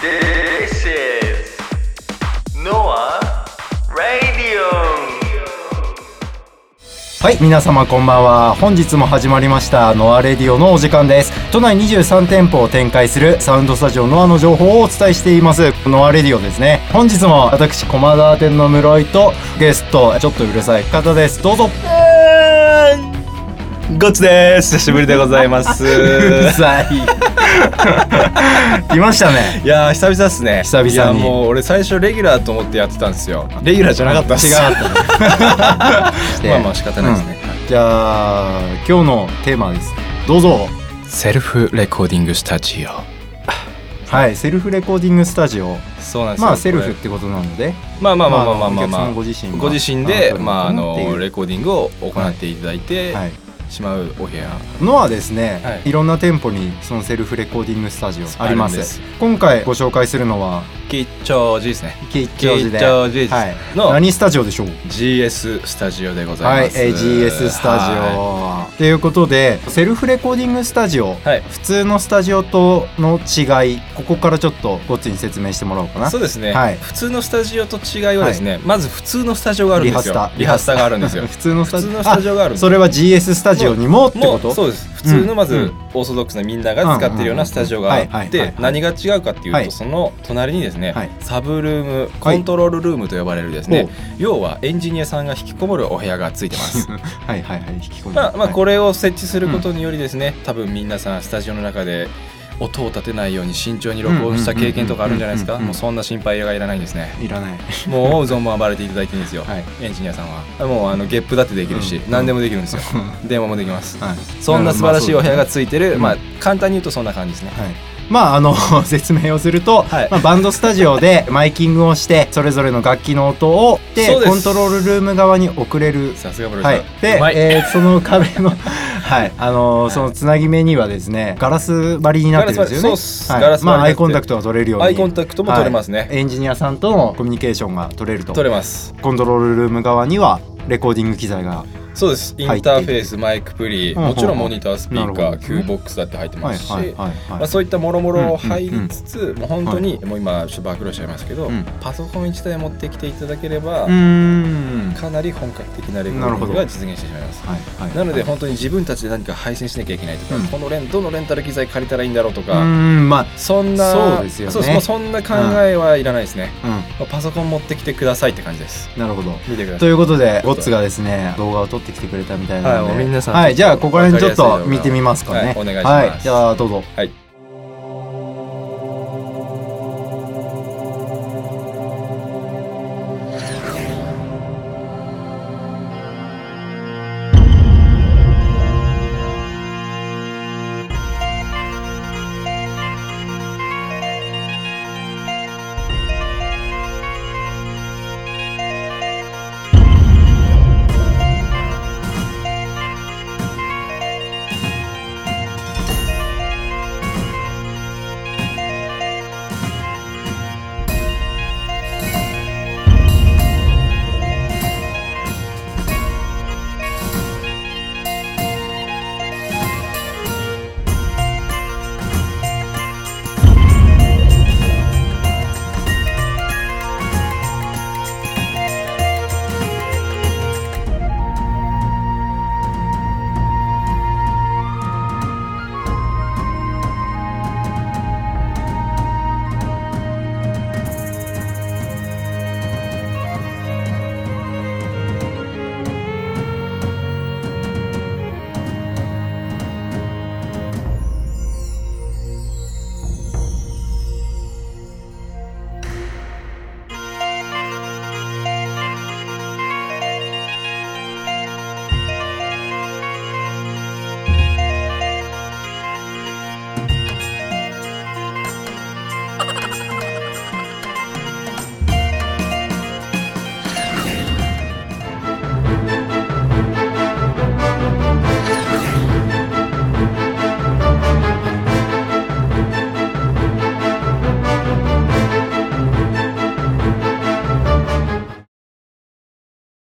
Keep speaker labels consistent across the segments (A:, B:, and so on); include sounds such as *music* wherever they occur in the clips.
A: This is Noah Radio.
B: はい皆様こんばんは本日も始まりましたノアレディオのお時間です都内23店舗を展開するサウンドスタジオノアの情報をお伝えしていますノアレディオですね本日も私駒沢店の室井とゲストちょっとうるさい方ですどうぞ
C: ゴッツです久しぶりでございま
B: *laughs*
C: す
B: うる
C: *laughs*
B: さい来ましたね
C: いやー久々ですね
B: 久々に
C: いやもう俺最初レギュラーと思ってやってたんですよレギュラーじゃなかったっす
B: 違かった
C: *laughs* まあまあ仕方ないですね、
B: じゃあ今日のテーマですどうぞ
C: セルフレコーディングスタジオ
B: はいセルフレコーディングスタジオ
C: そうなんですよ
B: まあセルフっ
C: こ
B: てことなので
C: れまあまあまあまあまあまあまあ、
B: まあお客様ご自身が
C: ご自身で
B: あ
C: まあ
B: 撮
C: あ
B: るのかなってい
C: の
B: う
C: レコーディングを行っていただいて
B: はい
C: しまうお部屋
B: のはですね、
C: はい
B: い、ろんな店舗にそのセルフレコーディングスタジオありま
C: あるんですす
B: 今回ご紹介するのは
C: 吉祥寺ですね
B: 吉祥寺で
C: 吉祥寺です
B: はい、
C: の
B: 何スタジオでしょう
C: GS スタジオでござ
B: はいい、
C: ます、
B: えー GS スタジ
C: は
B: オということでセルフレコーディングスタジオ、
C: いはい
B: 普通のスタジオとの違いここからちょっとごっつに説明してもらおうかな
C: そうですね、
B: はい
C: 普通のスタジオと違いはですね、まず普通のスタジオがある
B: リ
C: んで
B: ハ
C: す
B: ス
C: よ
B: タ
C: リハスタがあるんですよ
B: 普通のスタジオ
C: 普通のスタジオがあるんです
B: それは GS スタジオにもって
C: も
B: こ
C: う
B: と
C: そうです普通のま
B: う
C: ず
B: ん
C: オーソドックスなみんなが使ってるようなスタジオが
B: うんうんうん
C: あ
B: はい
C: っ
B: はいはい
C: て
B: はい
C: 何が違うかっていうと、
B: はい
C: その隣にですね、
B: はい
C: サブルームコントロールルームと呼ばれるです
B: は
C: ね、
B: いほう
C: 要はエンジニアさんが引きこもるお部屋がついてます
B: *laughs* *laughs* はいはいはい引き込んで
C: まあ、まあ
B: はい
C: これを設置することによりですね、多分皆さんスタジオの中で音を立てないように慎重に録音した経験とかあるんじゃないです
B: うん
C: か
B: うんうんうん
C: もうそんな心配がいらないんですね
B: いらない
C: もう存分暴れていただいていいんですよ、
B: はい
C: エンジニアさんはもうあのゲップだってできるし、
B: うん
C: 何でもできるんですよ
B: う
C: 電話もできます
B: はい
C: *laughs* そんな素晴らしいお部屋がついてる、
B: ま
C: ま
B: あ
C: あ、簡単に言うとそんな感じですね。
B: はい、まああの *laughs* 説明をすると、
C: はい
B: まあ、バンドスタジオでマイキングをしてそれぞれの楽器の音をで
C: そうです
B: コントロールルーム側に送れる。
C: さすがブロ
B: はい、で、えーその壁の *laughs* はいあのーそのつなぎ目にはですねガラス張りになってるんですよね
C: ガラス張りそうっす
B: はい
C: ガラス張り
B: まあ
C: になっ
B: ア
C: て
B: イコンタクトが取れるように
C: アイコンタクトも取れますね
B: はいエンジニアさんとのコミュニケーションが取れると
C: 取れます。
B: コントロールルーム側にはレコーディング機材が
C: そうです。インターフェース、マイク、プリ、
B: うんうんうん
C: もちろんモニター、スピー
B: な
C: カ
B: る
C: ー、
B: ほど
C: Q ボックスだって入ってますし、
B: い
C: まあ、そういったもろもろ入りつつ、もう本当に、もう今、ちょっと暴露しちゃいますけど、
B: うん
C: パソコン1台持ってきていただければ、
B: うーん
C: かなり本格的なレコー
B: なるほ
C: ディン
B: ど
C: グが実現してしまいます。
B: はいはい
C: なの
B: は
C: で
B: い
C: 本当に自分たちで何か配信しなきゃいけないとか、
B: うん
C: このレンどのレンタル機材借りたらいいんだろうと
B: うー
C: か、
B: んまあ
C: そんな
B: そうですよね
C: そうもうそんな考えはいらないですね。
B: うん
C: まあパソコン持ってきてくださいって感じです。
B: なるほど。
C: 見てくだ
B: と
C: さい。
B: いうことで、ゴッツがですね、動画を撮ってきてくれたみたいなので、
C: はいもう皆さん
B: はい、じゃあ、ここら辺ちょっ
C: わ
B: と
C: かりやすい動画
B: 見てみますかね。
C: はいお願いします
B: はい、じゃあ、どうぞ。
C: はい。
B: う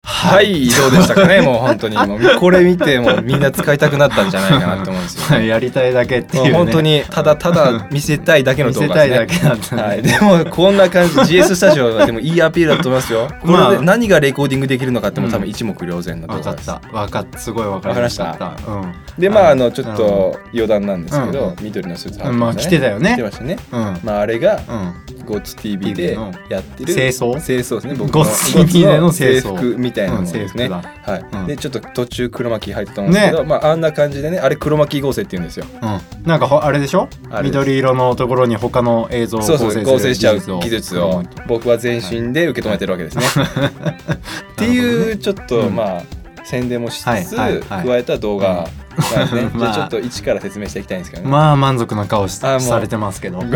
C: はいどうでした
B: *laughs*
C: かねもう本当にもうこれ見てもうみんな使いたくなったんじゃないかなと思うんですよ、
B: *laughs* やりたいだけっていう、
C: もう
B: ね、
C: 本当にただただ見せたいだけの
B: *laughs* 見
C: 動
B: せ
C: 画
B: たい
C: です
B: だ
C: ね
B: けなんだね、 *laughs*
C: はい、でもこんな感じ GS スタジオはでもいいアピールだと思いますよ。こ
B: *laughs* まあ
C: れで何がレコーディングできるのかってもう多
B: う
C: 分
B: ん
C: 一目瞭然なとこ
B: 分か
C: ろ
B: っ
C: です。
B: た分かったすごい分かりました
C: 分かりま
B: うん
C: でまああのちょっと余談なんですけ
B: う
C: ど、
B: ん
C: 緑のスーツ
B: うんまあ
C: て
B: 来てたよね
C: 来てましたね。
B: うん
C: まああれが
B: う
C: ゴッツ TV でやってる
B: 清掃
C: 清掃ですね僕
B: ゴッ
C: の
B: ツ TV での清掃
C: 制服みたいなものですね、
B: うん制
C: はい、
B: うん
C: でちょっと途中黒巻き入ってたんですけど、まああんな感じでねあれ黒巻き合成って言うんですよ
B: ん、うん、なんかほあれでしょ
C: あれです
B: 緑色のところに他の映像を
C: そ
B: 構
C: うそう
B: 成
C: 合成し
B: す
C: ちゃ
B: る
C: う技術を
B: ん
C: 僕は全身で受け止めてるわけですね。っていうちょっと
B: うん
C: まあ宣伝もしつつ
B: はいはいはい
C: 加えた動画なんですね。
B: *laughs* うん
C: じゃあち
B: ま
C: ょ
B: あ
C: っと一から説明していきたいんですけどね。
B: まあ満足な顔し
C: あもう
B: されてますけ
C: *laughs*
B: ど、はい、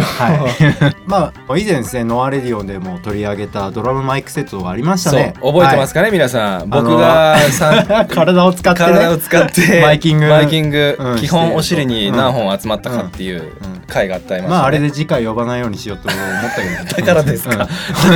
B: *laughs* まあ以前ですねノアレディオンでも取り上げたドラムマイクセットがありました
C: そう
B: ね
C: 覚えてます
B: か、
C: かね皆さん。
B: あのー
C: 僕がさ
B: はい *laughs* 体を使って、ね、
C: 体を使って
B: *laughs* マイキング
C: マイキング
B: うん
C: 基本お尻に何本集まったかっていう
B: うん
C: 回があってありましたね。
B: まああれで次回呼ばないようにしようと思ったけど、
C: *laughs*
B: ね、
C: だからです
B: うん
C: か。だ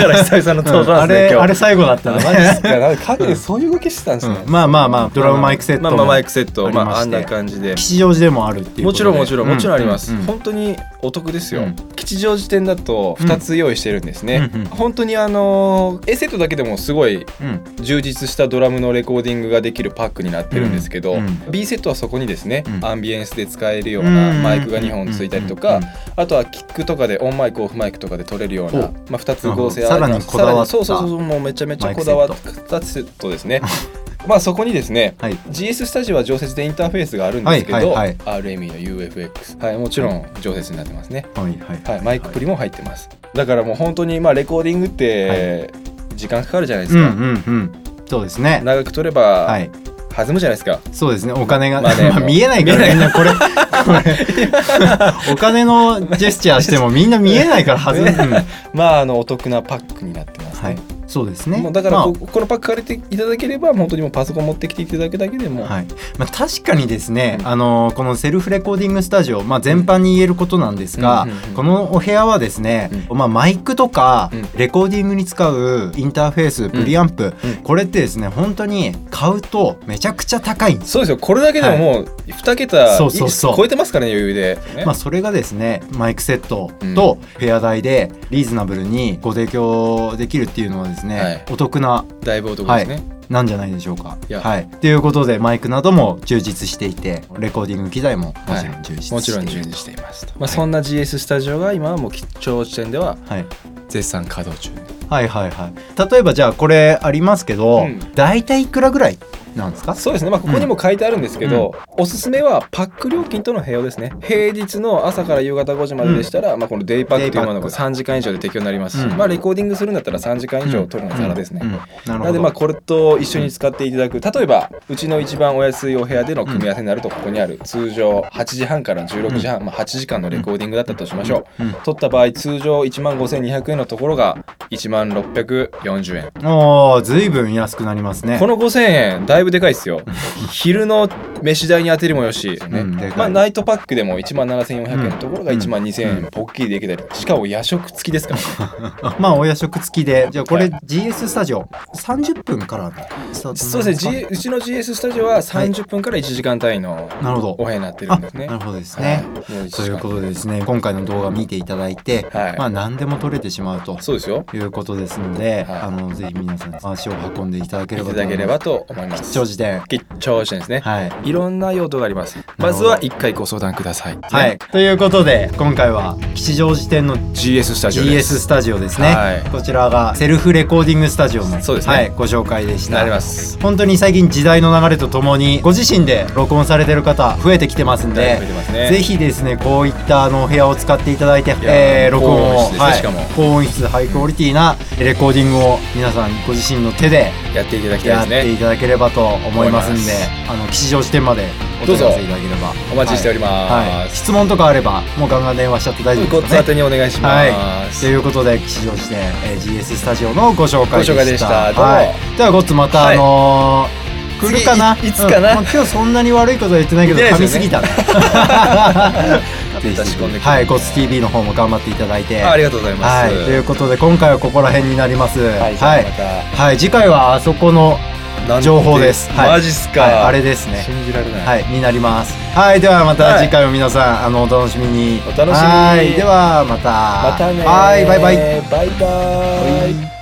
C: から久々の登
B: うんあ
C: 場ですね
B: れ
C: 今日
B: あれ最後だ
C: *laughs*
B: った
C: あ
B: ね
C: マジっすかなんか陰でそういう動きしてたんですね、
B: うんまあまあまあドラムマイクセットも
C: まあまあマイクセッ
B: あ
C: ト
B: り
C: ま
B: まして
C: ああんな感じで
B: 吉祥寺でもあるっていうこ
C: も
B: と
C: ち
B: で
C: ろんもちろんもちろんあります、
B: ううう
C: 本当にお得ですよ、
B: うん
C: 吉祥寺店だと2つ用意してるんですね、
B: うんうん
C: 本当にあのー A セットだけでもすごい
B: うん
C: 充実したドラムのレコーディングができるパックになってるんですけど、
B: うんうん
C: B セットはそこにですね、
B: うん
C: アンビエンスで使えるような
B: うん
C: マイクが2本ついたりとか、
B: うん
C: あとはキックとかでオンマイクオフマイクとかで取れるよう
B: お
C: な、まあ、2つ合成
B: なるほど
C: ある
B: さらにこだわった
C: さらにそうそうそうもうめちゃめちゃこだわったセットですね *laughs* まあそこにですね
B: はい
C: GS スタジオは常設でインターフェースがあるんですけど、
B: はいはい
C: RME の UFX、はい、もちろん常設になってますね、
B: はいはい
C: はい、マイクプリも入ってますだからもう本当にまあレコーディングって時間かかるじゃないです
B: うん
C: か、
B: うんうんそうですね
C: 長く取れば
B: はい
C: 弾むじゃないですか、
B: そうですねお金 *laughs* が、ま
C: ま
B: あ
C: あね
B: 見えないから
C: 見
B: み
C: え
B: んなこれこれお金のジェスチャーしてもみんな見えないからはず、うん
C: *laughs*
B: は
C: まああのお得なパックになってますね、
B: いそうですね
C: もうだから
B: まあ
C: こ,、このパック借りていただければ本当にもうパソコン持ってきていただくだけでも、
B: はいまあ、確かにですね、
C: うん
B: あのこのセルフレコーディングスタジオ、まあ、全般に言えることなんですが、
C: うんうんうん
B: このお部屋はですね、
C: う
B: まあ、マイクとか
C: うん
B: レコーディングに使うインターフェースプリアンプ、
C: うん
B: これってですね本当に買うとめちゃくちゃ高いんです。
C: そうですよこれだけでももう2桁
B: そうそうそう
C: 超えてますからね余裕で、ね
B: まあ、それがですねマイクセットと部屋代でリーズナブルにご提供できるっていうのはですね、
C: はい
B: お得な
C: だいぶお得ですね、
B: なんじゃないでしょうか。
C: いや
B: はい、ということでマイクなども充実していてレコーディング機材ももちろん充実していると、
C: もちろん充実していますと、まあ、そんな GS スタジオが今はもう吉祥寺店では
B: はい
C: 絶賛稼働中
B: はいはいはい例えばじゃあこれありますけど、
C: うん
B: 大体いくらぐらいなんですか
C: そうですねまあここにも書いてあるんですけど、おすすめはパック料金との併用ですね平日の朝から夕方5時まででしたら、まあ、このデイパックというもの
B: デ
C: が
B: イパッ
C: 3時間以上で提供になりますし、
B: うん
C: まあ、レコーディングするんだったら3時間以上取るのがザラですね、
B: うんうんなる
C: なの
B: ほ
C: で
B: ど
C: まあこれと一緒に使っていただく例えばうちの一番お安いお部屋での組み合わせになるとここにある通常8時半から16時半、まあ、8時間のレコーディングだったとしましょう、
B: うん
C: 取った場合通常1万5200円のところが1万640円
B: おーずいぶん安くなりますね
C: *laughs* この5000円だいぶでかいで
B: *laughs*
C: すよ昼の飯代に当てるもよし、ね
B: うんでかい
C: まあ、ナイトパックでも1万7400円のところが
B: うん
C: 1万2000
B: う
C: 円ポッキリできたりしかも夜食付きですから、ね、
B: *laughs* まあお夜食付きでじゃあこれ
C: は
B: GS スタジオ30分からスタート
C: そうですね、G、うちの GS スタジオは30分から1時間単位の
B: なるほど
C: お部屋になってる
B: あ
C: んですね
B: なるほどですね、
C: はいもう一
B: と
C: 時
B: いう
C: 間
B: ことでですね今回の動画見ていただいて、
C: はい
B: まあ何でも撮れてしまうと
C: そうですよ。
B: いうことですので、
C: はい
B: あのぜひ皆さん足を運んでいただけ
C: い
B: れ
C: た
B: ば
C: だければと思います。
B: 長寿店
C: 吉祥寺ですね。
B: はい
C: いろんな用途があります。まずは一回ご相談ください。
B: はい。ということで今回は吉祥寺店の
C: GS スタジオで
B: GS
C: す。
B: スタジオですね、
C: はい
B: こちらがセルフレコーディングスタジオの
C: そうですね
B: はい、ご紹介でした
C: なります。
B: 本当に最近時代の流れとともにご自身で録音されてる方増えてきてますん
C: だい
B: で
C: ぶ増えてますね
B: ぜひですねこういったあのお部屋を使っていただいて、
C: や
B: えー録音
C: 高音
B: を
C: 質ですね
B: はい
C: しかも
B: 高音質ハイクオリティなレコーディングを皆さんご自身の手で
C: やっていただきた
B: や
C: い
B: っ
C: で
B: て
C: す
B: い
C: ね。
B: ただければと思いますんで
C: 思います
B: あの吉祥寺店までお問い合わせいただければ
C: お待ちしており
B: は
C: ま
B: い、
C: す。
B: 質問とかあればもうガンガン電話しちゃって大丈
C: ご
B: 夫
C: っ
B: で
C: つ
B: すよ
C: 当
B: ね
C: てにお願いし
B: は
C: ま
B: い、と
C: す。
B: いうことで吉祥寺で、えー GS スタジオのご紹介でした
C: ご紹介でしたどうも
B: はい、ではゴッツまた、
C: はい
B: あのー来る
C: 次
B: かない
C: いつかな
B: うんまあ今日そんなに悪いことは言ってないけど
C: 言って
B: 噛
C: な
B: み
C: いです
B: す
C: よね
B: ぎたね *laughs* ぜひぜ
C: 差
B: ひ
C: し込んでくる
B: はいゴッツ TV の方も頑張っていただいて
C: あありがとうございま
B: は
C: す。
B: い、ということで今回はここら辺になります
C: はいじゃあ
B: はい
C: また
B: はい、次回はあそこの
C: なんて
B: 情報ですはい
C: マジっすか、
B: はいあれですね
C: 信じられない、
B: はい、になります。はい、ではまた次回も皆さん、あのお楽しみに。
C: お楽しみに
B: はい、ではまた。
C: またねー
B: はい、バイバイ。
C: バイバイ